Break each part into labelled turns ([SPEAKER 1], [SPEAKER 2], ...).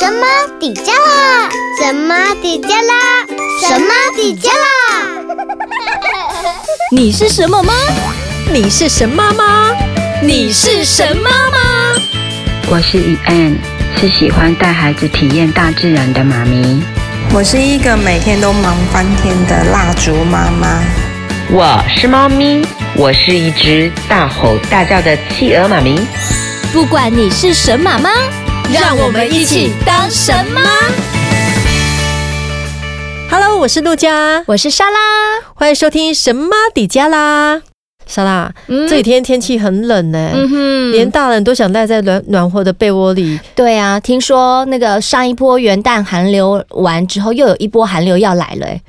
[SPEAKER 1] 神马底加拉，神马底加拉，神马底加 拉。
[SPEAKER 2] 你是什么吗？你是神妈吗？你是神妈吗？
[SPEAKER 3] 我是以安，是喜欢带孩子体验大自然的妈咪。
[SPEAKER 4] 我是一个每天都忙翻天的蜡烛妈妈。
[SPEAKER 5] 我是猫咪，我是一只大吼大叫的企鹅妈咪。
[SPEAKER 2] 不管你是神马吗？让我们一起当神妈。
[SPEAKER 6] Hello，我是陆佳，
[SPEAKER 2] 我是莎拉，
[SPEAKER 6] 欢迎收听《神妈底加啦》。莎拉，
[SPEAKER 2] 嗯
[SPEAKER 6] 这几天天气很冷呢、
[SPEAKER 2] 哼
[SPEAKER 6] 连大人都想赖在暖暖和的被窝里。
[SPEAKER 2] 对啊，听说那个上一波元旦寒流完之后，又有一波寒流要来了、欸。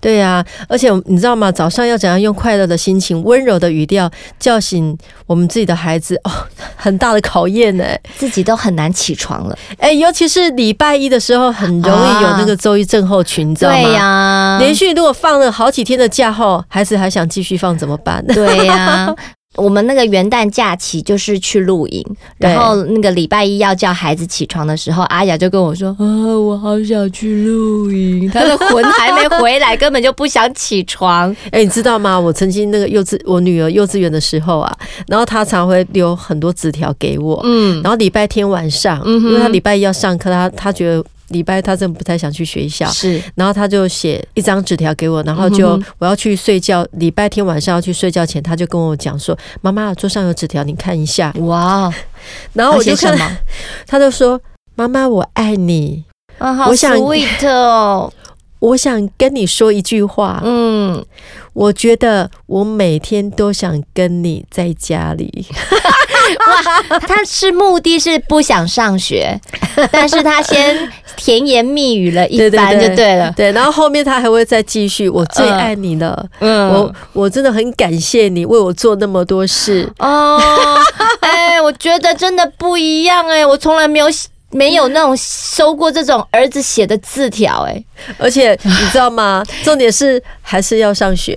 [SPEAKER 6] 对呀、而且你知道吗？早上要怎样用快乐的心情、温柔的语调叫醒我们自己的孩子哦，很大的考验呢、
[SPEAKER 2] 自己都很难起床了，
[SPEAKER 6] 哎，尤其是礼拜一的时候，很容易有那个周一症候群，你知道吗？
[SPEAKER 2] 对呀、
[SPEAKER 6] 连续如果放了好几天的假后，孩子还想继续放怎么办？
[SPEAKER 2] 对呀、 我们那个元旦假期就是去露营，
[SPEAKER 6] 对
[SPEAKER 2] 然后那个礼拜一要叫孩子起床的时候，阿雅就跟我说：“啊，我好想去露营。”他的魂还没回来，根本就不想起床。
[SPEAKER 6] 哎、你知道吗？我曾经那个幼稚，我女儿幼稚园的时候啊，然后她常会留很多纸条给我，
[SPEAKER 2] 嗯
[SPEAKER 6] 然后礼拜天晚上，
[SPEAKER 2] 嗯哼
[SPEAKER 6] 因为她礼拜一要上课，她她觉得礼拜她真的不太想去学校。
[SPEAKER 2] 是嗯
[SPEAKER 6] 然后她就写一张纸条给我，然后就我要去睡觉，礼拜天晚上要去睡觉前，她就跟我讲说：“妈妈，桌上有纸条，你看一下。
[SPEAKER 2] 哇哦，”
[SPEAKER 6] 然后我
[SPEAKER 2] 写
[SPEAKER 6] 就
[SPEAKER 2] 什
[SPEAKER 6] 看，
[SPEAKER 2] 么？
[SPEAKER 6] 她就说：“妈妈，我爱你，
[SPEAKER 2] 啊，好
[SPEAKER 6] 我想
[SPEAKER 2] sweet 哦，
[SPEAKER 6] 我想跟你说一句话，
[SPEAKER 2] 嗯，
[SPEAKER 6] 我觉得我每天都想跟你在家里。”
[SPEAKER 2] 他是目的是不想上学，但是他先甜言蜜语了一番就 对了，
[SPEAKER 6] 对，然后后面他还会再继续，我最爱你了，
[SPEAKER 2] 嗯
[SPEAKER 6] 我我真的很感谢你为我做那么多事。
[SPEAKER 2] 哦，哎，我觉得真的不一样哎、我从来没有没有那种收过这种儿子写的字条哎、
[SPEAKER 6] 而且你知道吗？重点是还是要上学。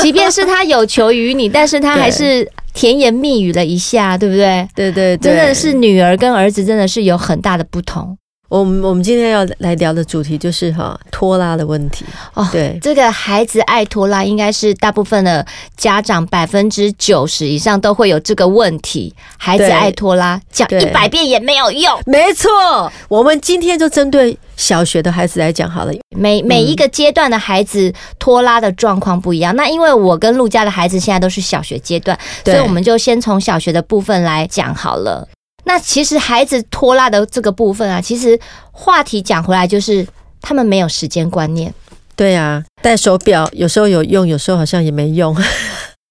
[SPEAKER 2] 即便是他有求于你，但是他还
[SPEAKER 6] 对
[SPEAKER 2] 是甜言蜜语了一下，对不对？
[SPEAKER 6] 对 对对，
[SPEAKER 2] 真的是女儿跟儿子真的是有很大的不同
[SPEAKER 6] 我们我们今天要来聊的主题就是哈拖拉的问题。
[SPEAKER 2] 哦。
[SPEAKER 6] 对
[SPEAKER 2] 这个孩子爱拖拉，应该是大部分的家长百分之九十以上都会有这个问题。孩子
[SPEAKER 6] 对
[SPEAKER 2] 爱拖拉，讲
[SPEAKER 6] 对
[SPEAKER 2] 一百遍也没有用。
[SPEAKER 6] 没错，我们今天就针对小学的孩子来讲好了。
[SPEAKER 2] 每每一个阶段的孩子拖拉的状况不一样。那因为我跟陆家的孩子现在都是小学阶段，所
[SPEAKER 6] 对
[SPEAKER 2] 以我们就先从小学的部分来讲好了。那其实孩子拖拉的这个部分啊，其实话题讲回来就是他们没有时间观念，
[SPEAKER 6] 对啊，戴手表有时候有用，有时候好像也没用。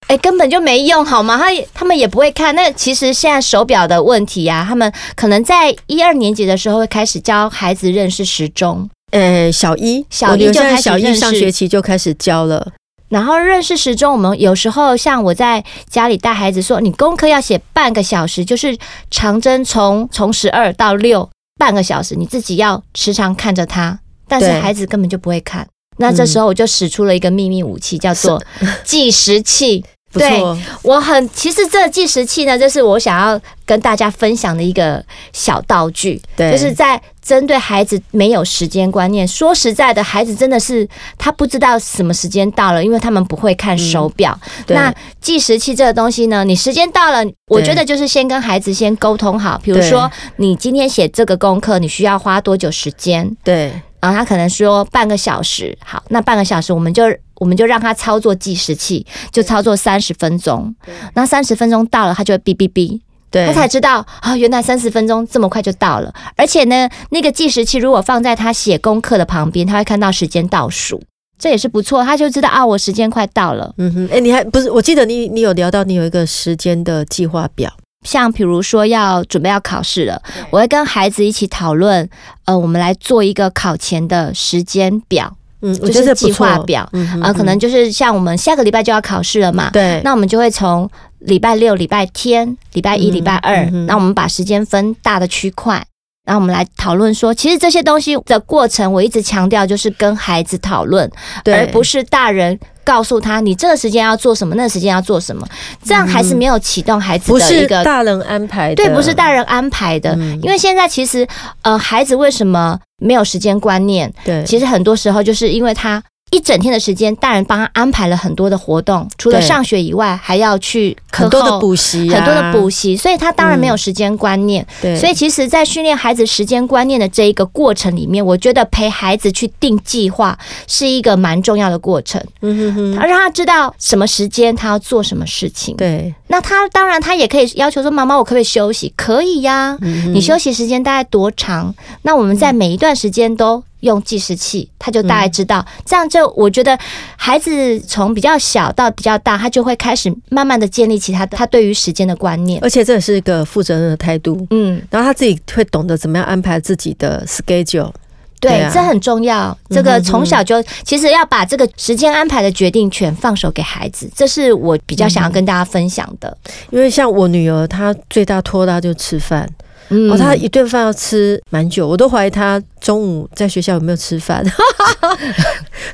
[SPEAKER 2] 哎，根本就没用好吗？他也他们也不会看。那其实现在手表的问题啊，他们可能在一二年级的时候会开始教孩子认识时钟。
[SPEAKER 6] 呃，小一，
[SPEAKER 2] 小一
[SPEAKER 6] 我女儿
[SPEAKER 2] 就
[SPEAKER 6] 现在
[SPEAKER 2] 开始
[SPEAKER 6] 小一
[SPEAKER 2] 认识
[SPEAKER 6] 上学期就开始教了。
[SPEAKER 2] 然后认识时钟，我们有时候像我在家里带孩子说，你功课要写半个小时，就是长针从从十二到六半个小时，你自己要时常看着它，但是
[SPEAKER 6] 对嗯
[SPEAKER 2] 孩子根本就不会看。那这时候我就使出了一个秘密武器，叫做 计时器。
[SPEAKER 6] 不错，
[SPEAKER 2] 我很其实这计时器呢，就是我想要跟大家分享的一个小道具，
[SPEAKER 6] 对
[SPEAKER 2] 就是在针对孩子没有时间观念。说实在的，孩子真的是他不知道什么时间到了，因为他们不会看手表。
[SPEAKER 6] 嗯对
[SPEAKER 2] 那计时器这个东西呢，你时间到了，我觉得就是先跟孩子先沟通好，比如说你今天写这个功课，你需要花多久时间？
[SPEAKER 6] 对，
[SPEAKER 2] 然后他可能说半个小时，好，那半个小时我们就我们就让他操作计时器，就操作三十分钟。那三十分钟到了，他就会哔哔哔，
[SPEAKER 6] 对，
[SPEAKER 2] 他才知道啊、原来三十分钟这么快就到了。而且呢，那个计时器如果放在他写功课的旁边，他会看到时间倒数，这也是不错，他就知道啊，我时间快到了。
[SPEAKER 6] 嗯哼，哎、你还不是？我记得你你有聊到你有一个时间的计划表，
[SPEAKER 2] 像比如说要准备要考试了，我会跟孩子一起讨论，呃，我们来做一个考前的时间表。
[SPEAKER 6] 嗯，
[SPEAKER 2] 就是
[SPEAKER 6] 我觉得这不错
[SPEAKER 2] 计划表
[SPEAKER 6] 嗯哼
[SPEAKER 2] 啊，可能就是像我们下个礼拜就要考试了嘛，
[SPEAKER 6] 对，
[SPEAKER 2] 呃那我们就会从礼拜六、礼拜天、礼拜一、
[SPEAKER 6] 嗯
[SPEAKER 2] 礼拜二
[SPEAKER 6] 嗯，哼
[SPEAKER 2] 那我们把时间分大的区块。然后我们来讨论说，其实这些东西的过程，我一直强调就是跟孩子讨论，
[SPEAKER 6] 对
[SPEAKER 2] 而不是大人告诉他你这个时间要做什么，那个时间要做什么，这样还是没有启动孩子
[SPEAKER 6] 不
[SPEAKER 2] 的一
[SPEAKER 6] 是
[SPEAKER 2] 个
[SPEAKER 6] 大人安排的，
[SPEAKER 2] 对，不是大人安排的。
[SPEAKER 6] 嗯
[SPEAKER 2] 因为现在其实，呃，孩子为什么没有时间观念？
[SPEAKER 6] 对，
[SPEAKER 2] 其实很多时候就是因为他一整天的时间，大人帮他安排了很多的活动，除了
[SPEAKER 6] 对
[SPEAKER 2] 上学以外，还要去课
[SPEAKER 6] 很多的
[SPEAKER 2] 后
[SPEAKER 6] 补习、啊嗯
[SPEAKER 2] 很多的补，习，所以他当然没有时间观念。
[SPEAKER 6] 对，
[SPEAKER 2] 所以其实，在训练孩子时间观念的这一个过程里面，我觉得陪孩子去定计划是一个蛮重要的过程，
[SPEAKER 6] 嗯哼哼，
[SPEAKER 2] 而让他知道什么时间他要做什么事情。
[SPEAKER 6] 对，
[SPEAKER 2] 那他当然，他也可以要求说：“妈妈，我可不可以休息？”可以呀、
[SPEAKER 6] 嗯
[SPEAKER 2] 你休息时间大概多长？那我们在每一段时间都用计时器，他就大概知道。
[SPEAKER 6] 嗯
[SPEAKER 2] 这样就我觉得，孩子从比较小到比较大，他就会开始慢慢的建立起他的他对于时间的观念。
[SPEAKER 6] 而且这也是一个负责任的态度。
[SPEAKER 2] 嗯，
[SPEAKER 6] 然后他自己会懂得怎么样安排自己的 schedule，
[SPEAKER 2] 对，
[SPEAKER 6] 对啊
[SPEAKER 2] 这很重要。这个从小就、其实要把这个时间安排的决定权放手给孩子，这是我比较
[SPEAKER 6] 嗯
[SPEAKER 2] 想要跟大家分享的。
[SPEAKER 6] 因为像我女儿，她最大拖拉就是吃饭，
[SPEAKER 2] 嗯
[SPEAKER 6] 哦，她一顿饭要吃蛮久，我都怀疑她中午在学校有没有吃 饭。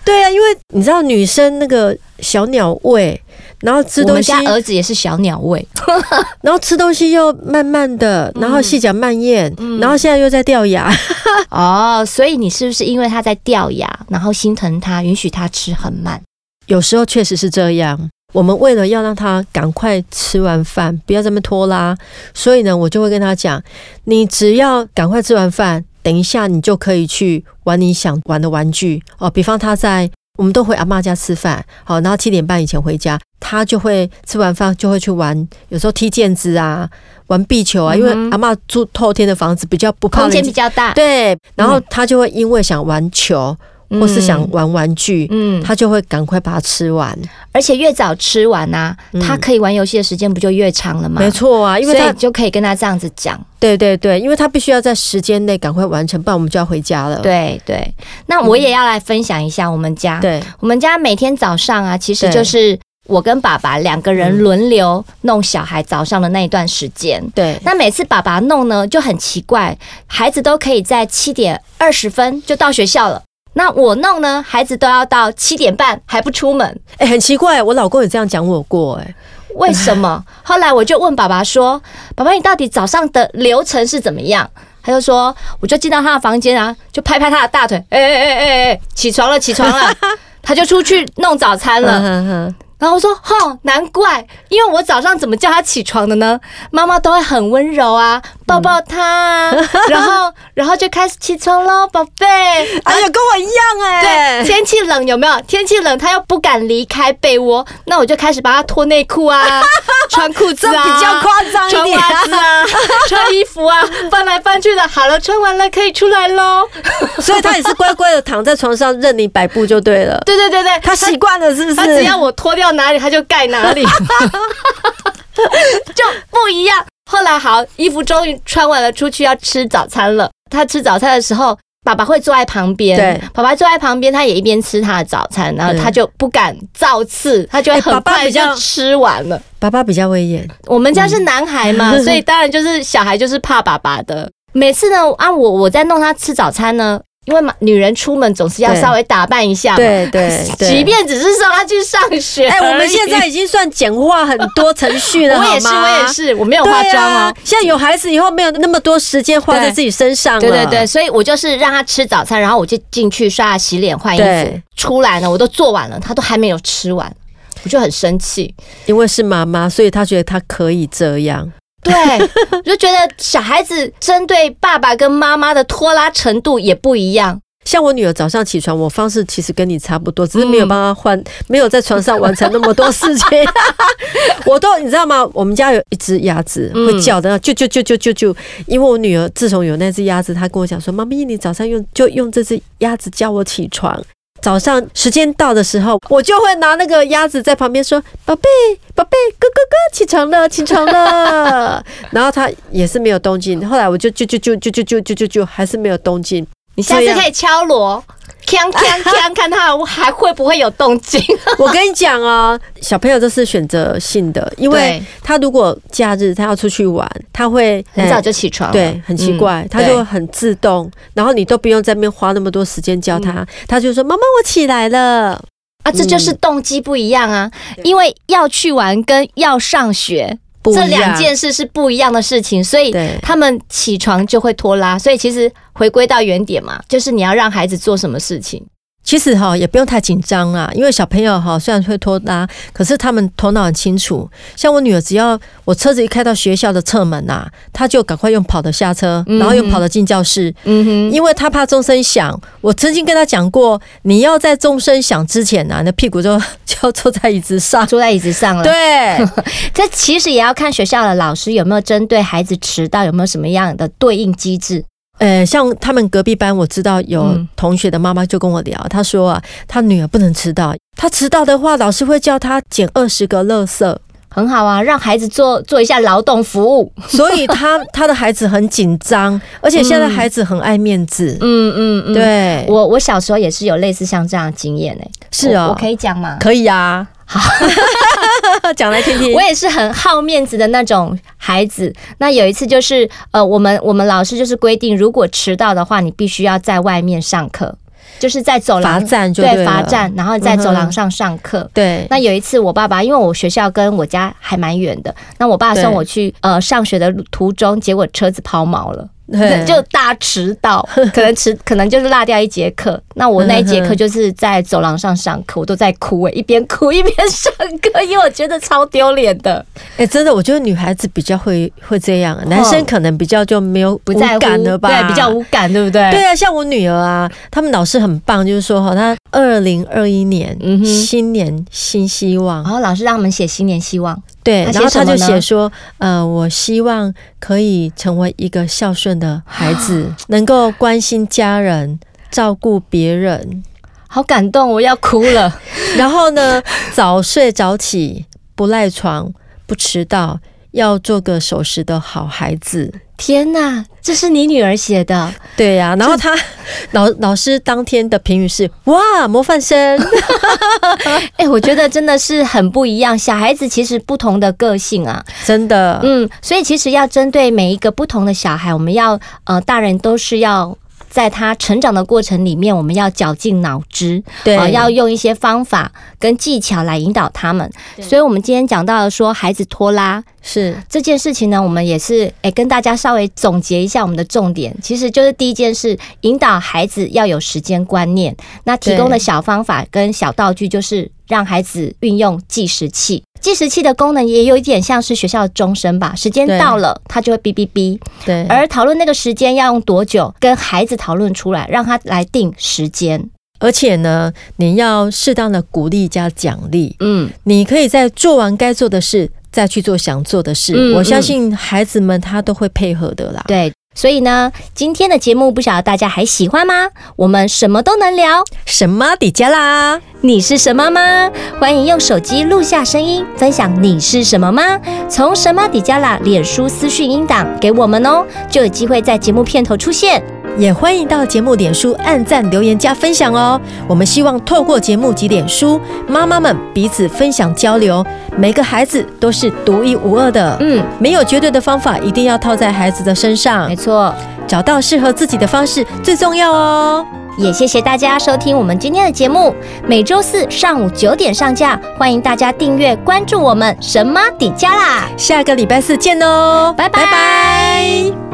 [SPEAKER 6] 对啊，因为你知道女生那个小鸟胃，然后吃
[SPEAKER 2] 我
[SPEAKER 6] 东
[SPEAKER 2] 们
[SPEAKER 6] 西，
[SPEAKER 2] 家儿子也是小鸟胃。
[SPEAKER 6] 然后吃东西又慢慢的，
[SPEAKER 2] 嗯
[SPEAKER 6] 然后细嚼慢咽，然后现在又在掉牙。
[SPEAKER 2] 哦，所以你是不是因为他在掉牙，然后心疼他，允许他吃很慢？
[SPEAKER 6] 有时候确实是这样。我们为了要让他赶快吃完饭，不要这么拖拉，所以呢，我就会跟他讲：你只要赶快吃完饭，等一下你就可以去玩你想玩的玩具哦。比方他在我们都回阿妈家吃饭，好、然后七点半以前回家，他就会吃完饭就会去玩，有时候踢毽子啊，玩壁球啊，因为
[SPEAKER 2] 嗯哼
[SPEAKER 6] 阿妈住透天的房子比较不怕
[SPEAKER 2] 空间
[SPEAKER 6] 人
[SPEAKER 2] 比
[SPEAKER 6] 家，
[SPEAKER 2] 较大，，
[SPEAKER 6] 对，然后他就会因为想玩球或是想，玩玩具，
[SPEAKER 2] 嗯，
[SPEAKER 6] 他就会赶快把它吃完。
[SPEAKER 2] 而且越早吃完啊，
[SPEAKER 6] 嗯
[SPEAKER 2] 他可以玩游戏的时间不就越长了吗？
[SPEAKER 6] 没，错啊，因为
[SPEAKER 2] 所以
[SPEAKER 6] 他
[SPEAKER 2] 你就可以跟他这样子讲。
[SPEAKER 6] 对对对，因为他必须要在时间内赶快完成，不然我们就要回家了。
[SPEAKER 2] 对对，那我也要来分享一下我们家，
[SPEAKER 6] 对
[SPEAKER 2] 我们家每天早上啊，其实
[SPEAKER 6] 对嗯
[SPEAKER 2] 就是我跟爸爸两个人轮流弄小孩早上的那一段时间。
[SPEAKER 6] 对
[SPEAKER 2] 那每次爸爸弄呢就很奇怪，孩子都可以在七点二十分就到学校了。那我弄呢，孩子都要到七点半还不出门，
[SPEAKER 6] 哎、很奇怪，我老公也这样讲我过、哎，
[SPEAKER 2] 为什么？后来我就问爸爸说：“爸爸，你到底早上的流程是怎么样？”他就说：“我就进到他的房间啊，就拍拍他的大腿，哎哎哎哎哎，起床了，起床了。”他就出去弄早餐了。然后我说：“哼，难怪，因为我早上怎么叫他起床的呢？妈妈都会很温柔啊，抱抱他啊，然后然后就开始起床喽，宝贝。
[SPEAKER 6] 哎呀，跟我一样哎、
[SPEAKER 2] 对，天气冷有没有？天气冷他又不敢离开被窝，那我就开始帮他脱内 裤啊，穿裤子
[SPEAKER 6] 这
[SPEAKER 2] 啊，
[SPEAKER 6] 比较夸张一
[SPEAKER 2] 穿
[SPEAKER 6] 点、
[SPEAKER 2] 袜子
[SPEAKER 6] 啊，
[SPEAKER 2] 啊，穿衣服啊，翻来翻去的。好了，穿完了可以出来喽。
[SPEAKER 6] 所以他也是乖乖的躺在床上任你摆布就 对了。
[SPEAKER 2] 对对对对，
[SPEAKER 6] 他习惯了是不是？
[SPEAKER 2] 他只要我脱掉哪里，他就盖哪里，就不一样。后来好，衣服终于穿完了，出去要吃早餐了。他吃早餐的时候，爸爸会坐在旁边，
[SPEAKER 6] 对，
[SPEAKER 2] 爸爸坐在旁边，他也一边吃他的早餐，然后他就不敢造次，他就会
[SPEAKER 6] 哎爸
[SPEAKER 2] 很
[SPEAKER 6] 爸
[SPEAKER 2] 快
[SPEAKER 6] 比
[SPEAKER 2] 就
[SPEAKER 6] 较
[SPEAKER 2] 吃完了。
[SPEAKER 6] 爸爸比较威严，
[SPEAKER 2] 我们家是男孩嘛， 所以当然就是小孩就是怕爸爸的。每次呢，啊，我我在弄他吃早餐呢，因为嘛，女人出门总是要
[SPEAKER 6] 对
[SPEAKER 2] 稍微打扮一下嘛，
[SPEAKER 6] 对对 对
[SPEAKER 2] 即便只是送他去上学
[SPEAKER 6] 哎、
[SPEAKER 2] 而已，
[SPEAKER 6] 我们现在已经算简化很多程序 了，
[SPEAKER 2] 我也是，
[SPEAKER 6] 好吗
[SPEAKER 2] 我也。是，我没有
[SPEAKER 6] 对
[SPEAKER 2] 化妆哦
[SPEAKER 6] 啊。，现在有孩子以后没有那么多时间花在
[SPEAKER 2] 对
[SPEAKER 6] 自己身上了。
[SPEAKER 2] 对对对，所以我就是让他吃早餐，然后我就进去刷牙、洗脸、换衣服
[SPEAKER 6] 对，
[SPEAKER 2] 出来呢，我都做完了，他都还没有吃完，我就很生气。
[SPEAKER 6] 因为是妈妈，所以她觉得她可以这样。
[SPEAKER 2] 对，我就觉得小孩子针对爸爸跟妈妈的拖拉程度也不一样。
[SPEAKER 6] 像我女儿早上起床，我方式其实跟你差不多，只是没有
[SPEAKER 2] 嗯
[SPEAKER 6] 帮她换，没有在床上完成那么多事 情。我都你知道吗？我们家有一只鸭子
[SPEAKER 2] 嗯
[SPEAKER 6] 会叫的，那啾啾啾啾啾啾。因为我女儿自从有那只鸭子，她跟我讲说：“妈咪，你早上用就用这只鸭子叫我起床。”早上时间到的时候，我就会拿那个鸭子在旁边说：“宝贝，宝贝，咯咯咯，起床了，起床 了。”然后她也是没有动静。后来我就啾啾啾啾啾啾啾啾啾，还是没有动静。
[SPEAKER 2] 你下次
[SPEAKER 6] 这样
[SPEAKER 2] 可以敲锣，锵锵锵，看他还会不会有动 静。
[SPEAKER 6] 我跟你讲哦，小朋友这是选择性的，因为
[SPEAKER 2] 对
[SPEAKER 6] 他如果假日他要出去玩，他会
[SPEAKER 2] 很早
[SPEAKER 6] 呃
[SPEAKER 2] 就起床了，
[SPEAKER 6] 对，很奇怪，
[SPEAKER 2] 嗯
[SPEAKER 6] 他就很自动，然后你都不用在那边花那么多时间教他，
[SPEAKER 2] 嗯
[SPEAKER 6] 他就说：“妈妈，我起来了。
[SPEAKER 2] 啊，这就是
[SPEAKER 6] 嗯
[SPEAKER 2] 动机不一样啊，因为要去玩跟要上学
[SPEAKER 6] 不一
[SPEAKER 2] 这
[SPEAKER 6] 样
[SPEAKER 2] 两件事是不一样的事情，所以
[SPEAKER 6] 对
[SPEAKER 2] 他们起床就会拖拉，所以其实回归到原点嘛，就是你要让孩子做什么事情，”
[SPEAKER 6] 其实哈也不用太紧张啊，因为小朋友哈虽然会拖拉，可是他们头脑很清楚。像我女儿，只要我车子一开到学校的侧门啊，她就赶快用跑的下车，
[SPEAKER 2] 嗯哼
[SPEAKER 6] 然后用跑的进教室。
[SPEAKER 2] 嗯哼，
[SPEAKER 6] 因为他怕钟声响。我曾经跟他讲过，你要在钟声响之前呢、啊，你的屁股就就要坐在椅子上。
[SPEAKER 2] 坐在椅子上了。，
[SPEAKER 6] 啊对，
[SPEAKER 2] 这其实也要看学校的老师有没有针对孩子迟到有没有什么样的对应机制。
[SPEAKER 6] 呃，像他们隔壁班，我知道有
[SPEAKER 2] 嗯
[SPEAKER 6] 同学的妈妈就跟我聊，她说啊，她女儿不能迟到，她迟到的话，老师会叫她捡二十个垃圾，
[SPEAKER 2] 很好啊，让孩子做做一下劳动服务。
[SPEAKER 6] 所以她她的孩子很紧张，而且现在
[SPEAKER 2] 嗯
[SPEAKER 6] 孩子很爱面子，
[SPEAKER 2] 嗯嗯嗯，，
[SPEAKER 6] 对，
[SPEAKER 2] 我我小时候也是有类似像这样的经验诶、欸
[SPEAKER 6] 是啊、
[SPEAKER 2] 我我可以讲吗？
[SPEAKER 6] 可以啊，好， 讲来听听
[SPEAKER 2] 我，也是很好面子的那种孩子。那有一次就是，呃，我们我们老师就是规定，如果迟到的话，你必须要在外面上课，就是在走
[SPEAKER 6] 罚
[SPEAKER 2] 廊
[SPEAKER 6] 站就
[SPEAKER 2] 对
[SPEAKER 6] 了
[SPEAKER 2] 罚站，，然后在走
[SPEAKER 6] 嗯
[SPEAKER 2] 廊
[SPEAKER 6] 哼
[SPEAKER 2] 上上课。
[SPEAKER 6] 对，
[SPEAKER 2] 那有一次，我爸爸因为我学校跟我家还蛮远的，那我爸
[SPEAKER 6] 对
[SPEAKER 2] 送我去呃上学的路途中，结果车子抛锚了。
[SPEAKER 6] 对
[SPEAKER 2] 就大 迟到，可能迟，可能就是落掉一节课。那我那一
[SPEAKER 6] 嗯
[SPEAKER 2] 节课就是在走廊上上课，我都在哭欸诶、一边哭一边上课，因为我觉得超丢脸的。
[SPEAKER 6] 哎、真的，我觉得女孩子比较会会这样，啊男生可能比较就没有
[SPEAKER 2] 不在乎
[SPEAKER 6] 无感了吧，
[SPEAKER 2] 对，比较无感，哦对不对？
[SPEAKER 6] 对啊，像我女儿啊，他们老师很棒，就是说哈，她二零二一年、
[SPEAKER 2] 嗯哼
[SPEAKER 6] 新年新希望，
[SPEAKER 2] 然后老师让我们写新年希望，
[SPEAKER 6] 对，
[SPEAKER 2] 她
[SPEAKER 6] 然后
[SPEAKER 2] 写
[SPEAKER 6] 她
[SPEAKER 2] 什么
[SPEAKER 6] 就
[SPEAKER 2] 呢
[SPEAKER 6] 写说，呃，我希望可以成为一个孝顺的孩子，
[SPEAKER 2] 啊
[SPEAKER 6] 能够关心家人。照顾别 人，
[SPEAKER 2] 好感动，我要哭 了。
[SPEAKER 6] 然后呢，早睡早起，不赖床，不迟到，要做个守时的好孩子。
[SPEAKER 2] 天哪，这是你女儿 写的，
[SPEAKER 6] 对呀、然后他老老师当天的评语是：哇，模范 生。
[SPEAKER 2] 哎、我觉得真的是很不一样。小孩子其实不同的个性啊，
[SPEAKER 6] 真的，
[SPEAKER 2] 嗯，所以其实要针对每一个不同的小孩，我们要呃，大人都是要。在他成长的过程里面，我们要绞尽脑汁，
[SPEAKER 6] 对
[SPEAKER 2] 啊要用一些方法跟技巧来引导他们。所以，我们今天讲到了说孩子拖拉，
[SPEAKER 6] 是
[SPEAKER 2] 这件事情呢，我们也是诶、跟大家稍微总结一下我们的重点，其实就是第一件事，引导孩子要有时间观念。那提供的小方法跟小道具就是让孩子运用计时器。计时器的功能也有一点像是学校的钟声吧，时间
[SPEAKER 6] 对
[SPEAKER 2] 到了，它就会哔哔哔。
[SPEAKER 6] 对，而
[SPEAKER 2] 而讨论那个时间要用多久，跟孩子讨论出来，让他来定时间。
[SPEAKER 6] 而且呢，你要适当的鼓励加奖励，
[SPEAKER 2] 嗯，
[SPEAKER 6] 你可以在做完该做的事。再去做想做的事，
[SPEAKER 2] 嗯
[SPEAKER 6] 我相信孩子们他都会配合的啦。
[SPEAKER 2] 对。所以呢，今天的节目不晓得大家还喜欢吗？我们什么都能聊。
[SPEAKER 6] 什么迪迦啦，
[SPEAKER 2] 你是什么吗？欢迎用手机录下声音，分享你是什么吗？从神马底加拉脸书私讯音档给我们哦，就有机会在节目片头出现。
[SPEAKER 6] 也欢迎到节目脸书按赞、留言、加分享哦。我们希望透过节目及脸书，妈妈们彼此分享交流，每个孩子都是独一无二的。
[SPEAKER 2] 嗯，
[SPEAKER 6] 没有绝对的方法，一定要套在孩子的身上
[SPEAKER 2] 没，错，
[SPEAKER 6] 找到适合自己的方式最重要哦。
[SPEAKER 2] 也谢谢大家收听我们今天的节目，每周四上午九点上架，欢迎大家订阅关注我们神马底加拉，
[SPEAKER 6] 下个礼拜四见哦，
[SPEAKER 2] 拜拜
[SPEAKER 6] 拜